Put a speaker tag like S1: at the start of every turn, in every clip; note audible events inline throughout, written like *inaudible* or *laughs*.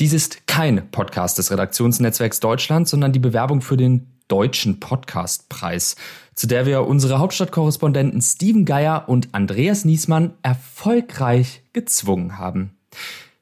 S1: Dies ist kein Podcast des Redaktionsnetzwerks Deutschland, sondern die Bewerbung für den Deutschen Podcastpreis, zu der wir unsere Hauptstadtkorrespondenten Steven Geier und Andreas Niesmann erfolgreich gezwungen haben.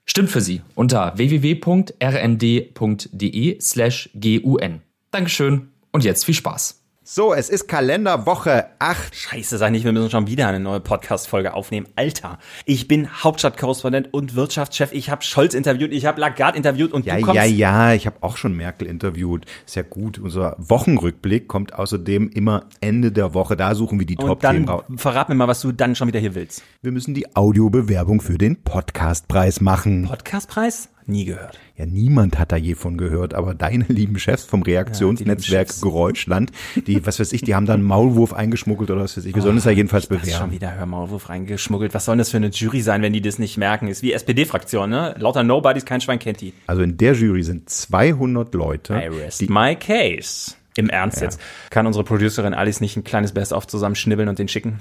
S1: Stimmt für Sie unter e www.rnd.de/gun. Dankeschön und jetzt viel Spaß.
S2: So, es ist Kalenderwoche 8.
S3: Scheiße, sag nicht, wir müssen schon wieder eine neue Podcast-Folge aufnehmen. Alter, ich bin Hauptstadtkorrespondent und Wirtschaftschef. Ich habe Scholz interviewt, ich habe Lagarde interviewt und
S2: Ja,
S3: du kommst...
S2: ja, ja, ich habe auch schon Merkel interviewt. Ist ja gut. Unser Wochenrückblick kommt außerdem immer Ende der Woche. Da suchen wir die
S3: Und
S2: Top-Themen
S3: dann
S2: raus.
S3: verrat mir mal, was du dann schon wieder hier willst.
S2: Wir müssen die Audiobewerbung für den Podcastpreis machen.
S3: Podcastpreis? Nie gehört.
S2: Ja, niemand hat da je von gehört, aber deine *laughs* lieben Chefs vom
S3: Ja, die lieben
S2: Reaktionsnetzwerk
S3: Chefs.
S2: Geräuschland, die, was weiß ich, die haben da einen Maulwurf eingeschmuggelt oder was weiß ich. Wir sollen es ja jedenfalls
S3: Das ist Oh, schon
S2: bewerben.
S3: wieder Hörmaulwurf reingeschmuggelt. Was soll denn das für eine Jury sein, wenn die das nicht merken? Ist wie SPD-Fraktion, ne? Lauter Nobodies, kein Schwein kennt die.
S2: Also in der Jury sind 200 Leute.
S3: I rest
S2: Die,
S3: my case. Im Ernst jetzt. Kann unsere Producerin Alice nicht ein kleines Best-of zusammenschnibbeln und den schicken?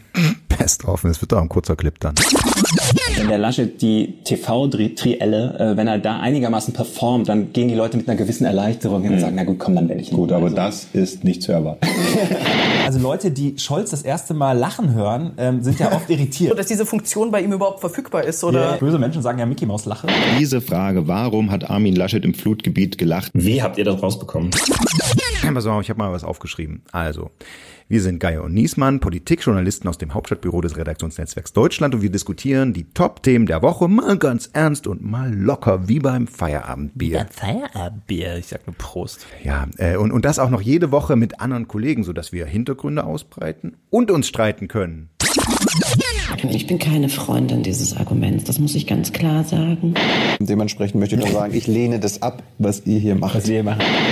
S2: Best of, das wird doch ein kurzer Clip dann.
S4: Wenn der Laschet die TV-Trielle, äh, wenn er da einigermaßen performt, dann gehen die Leute mit einer gewissen Erleichterung
S3: Mhm.
S4: hin und sagen, na gut, komm, dann werde ich
S5: Gut, aber das ist nicht zu erwarten.
S6: Also Leute, die Scholz das erste Mal lachen hören, ähm, sind ja oft irritiert.
S3: *laughs*
S7: dass diese Funktion bei ihm überhaupt verfügbar ist oder
S6: Böse Menschen sagen ja Mickey Maus lache.
S5: Diese Frage, warum hat Armin Laschet im Flutgebiet gelacht?
S8: Wie habt ihr das rausbekommen?
S2: Pass auf, ich habe mal was aufgeschrieben. Also, wir sind Geier und Niesmann, Politikjournalisten aus dem Hauptstadtbüro des Redaktionsnetzwerks Deutschland und wir diskutieren die Top-Themen der Woche mal ganz ernst und mal locker wie beim Feierabendbier.
S3: Bier, ich sag nur Prost.
S2: Ja, äh, und, und das auch noch jede Woche mit anderen Kollegen, sodass wir Hintergründe ausbreiten und uns streiten können.
S9: Ich bin keine Freundin dieses Arguments, das muss ich ganz klar sagen.
S5: Dementsprechend möchte ich nur sagen, ich lehne das ab, was ihr hier macht.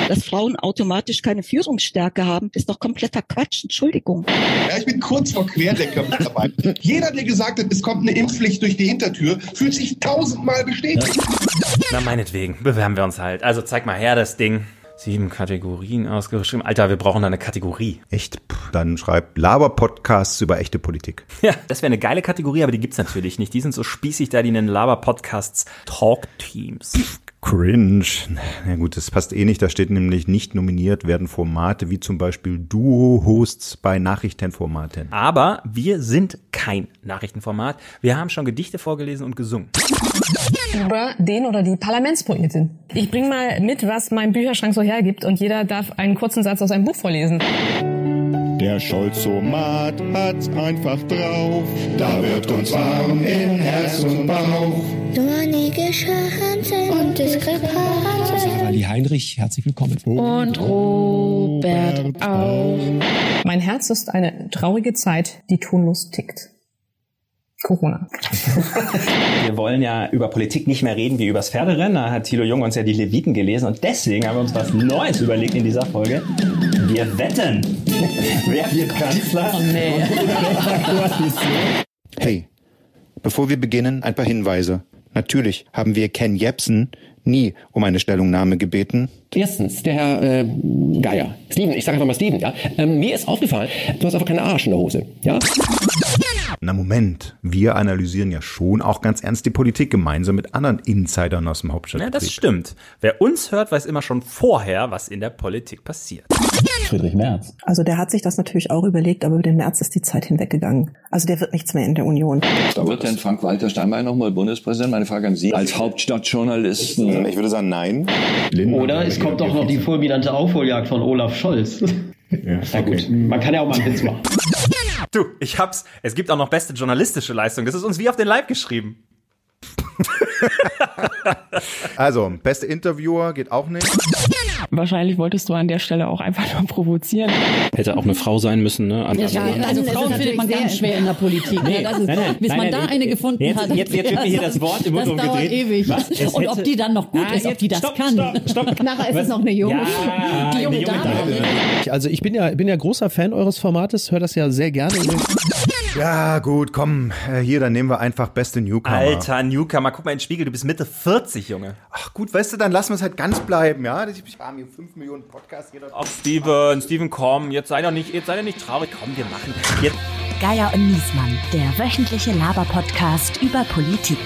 S9: Dass Frauen automatisch keine Führungsstärke haben, ist doch kompletter Quatsch, Entschuldigung.
S10: Ja, ich bin kurz vor Querdenker mit dabei. Jeder, der gesagt hat, es kommt eine Impfpflicht durch die Hintertür, fühlt sich tausendmal bestätigt.
S3: Na meinetwegen, bewerben wir uns halt. Also zeig mal her das Ding. Sieben Kategorien ausgeschrieben. Alter, wir brauchen da eine Kategorie.
S2: Echt? Pff, dann schreibt Laber-Podcasts über echte Politik.
S3: *laughs* Ja, das wäre eine geile Kategorie, aber die gibt's natürlich nicht. Die sind so spießig, da die nennen Laber-Podcasts Talk-Teams.
S2: Cringe. Na gut, das passt eh nicht. Da steht nämlich, nicht nominiert werden Formate wie zum Beispiel Duo-Hosts bei Nachrichtenformaten.
S3: Aber wir sind kein Nachrichtenformat. Wir haben schon Gedichte vorgelesen und gesungen.
S7: über den oder die Parlamentspoetin. Ich bringe mal mit, was mein Bücherschrank so hergibt und jeder darf einen kurzen Satz aus einem Buch vorlesen.
S10: Der Scholzomat hat's einfach drauf. Da wird uns warm in Herz und Bauch.
S9: Dornige Schanzen und Diskrepanzen.
S8: Ali Heinrich, herzlich willkommen.
S9: Und Robert auch.
S7: Mein Herz ist eine traurige Zeit, die tonlos tickt. *laughs* Corona. Oh,
S8: Wir wollen ja über Politik nicht mehr reden wie übers Pferderennen. Da hat Thilo Jung uns ja die Leviten gelesen und deswegen haben wir uns was Neues überlegt in dieser Folge. Wir wetten, *laughs* wer wird Kanzler. Oh nee.
S10: Hey, bevor wir beginnen, ein paar Hinweise. Natürlich haben wir Ken Jebsen nie um eine Stellungnahme gebeten.
S8: Erstens, der Herr äh, Geier. Steven, ich sage einfach mal Steven, ja. Ähm, mir ist aufgefallen, du hast einfach keinen Arsch in der Hose, ja.
S2: Na Moment, wir analysieren ja schon auch ganz ernst die Politik gemeinsam mit anderen Insidern aus dem
S3: Ja,
S2: Hauptstadtbetrieb.
S3: das stimmt. Wer uns hört, weiß immer schon vorher, was in der Politik passiert.
S8: Friedrich Merz.
S9: Also der hat sich das natürlich auch überlegt, aber über den März ist die Zeit hinweggegangen. Also der wird nichts mehr in der Union.
S5: Wird denn Frank-Walter Steinmeier nochmal Bundespräsident? Meine Frage an Sie als Hauptstadtjournalisten. Ich würde sagen, nein.
S8: Oder es kommt doch noch die fulminante Aufholjagd von Olaf Scholz. Na gut, man kann ja auch mal einen Witz machen.
S3: Du, ich hab's. Es gibt auch noch beste journalistische Leistung. Das ist uns wie auf den Leib geschrieben.
S2: Also, beste Interviewer geht auch nicht.
S7: Wahrscheinlich wolltest du an der Stelle auch einfach nur provozieren.
S8: Hätte auch eine Frau sein müssen, ne?
S9: Also Frauen findet man ganz schwer in der Politik. Nee, das ist,
S8: nein, nein, bis nein, man nein, da nee, eine nee, gefunden jetzt- hat, jetzt- jetzt wird mir hier das Wort im das Mund dauert rumgedreht. ewig. Was? Es Und hätte- ob die
S9: dann noch gut ist, ob die das kann. *laughs*
S7: Nachher ist es noch eine junge.
S8: die junge
S4: Also ich bin ja, bin ja großer Fan eures Formates, höre das ja sehr gerne.
S2: Ja, gut, komm, äh, hier, dann nehmen wir einfach beste Newcomer.
S3: Alter Newcomer, guck mal in den Spiegel, du bist Mitte 40, Junge.
S2: Ach gut, weißt du, dann lassen wir es halt ganz bleiben, ja? Ich, ich haben hier 5 Millionen Podcasts. Jeder
S3: Ach, Steven, Steven, komm, jetzt sei doch nicht, jetzt sei doch nicht traurig. Komm, wir machen. Jetzt.
S9: Geier und Niesmann, der wöchentliche Laber-Podcast über Politik.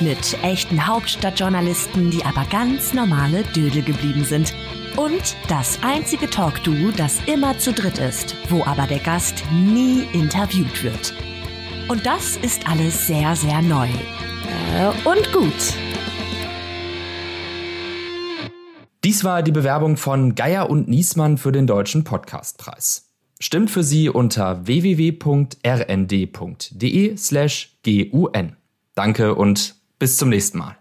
S11: Mit echten Hauptstadtjournalisten, die aber ganz normale Dödel geblieben sind. Und das einzige Talk-Duo, das immer zu dritt ist, wo aber der Gast nie interviewt wird. Und das ist alles sehr, sehr neu. Äh, Und gut.
S1: Dies war die Bewerbung von Geier und Niesmann für den Deutschen Podcastpreis. Stimmt für Sie unter e www.rnd.de/gun. Danke und bis zum nächsten Mal.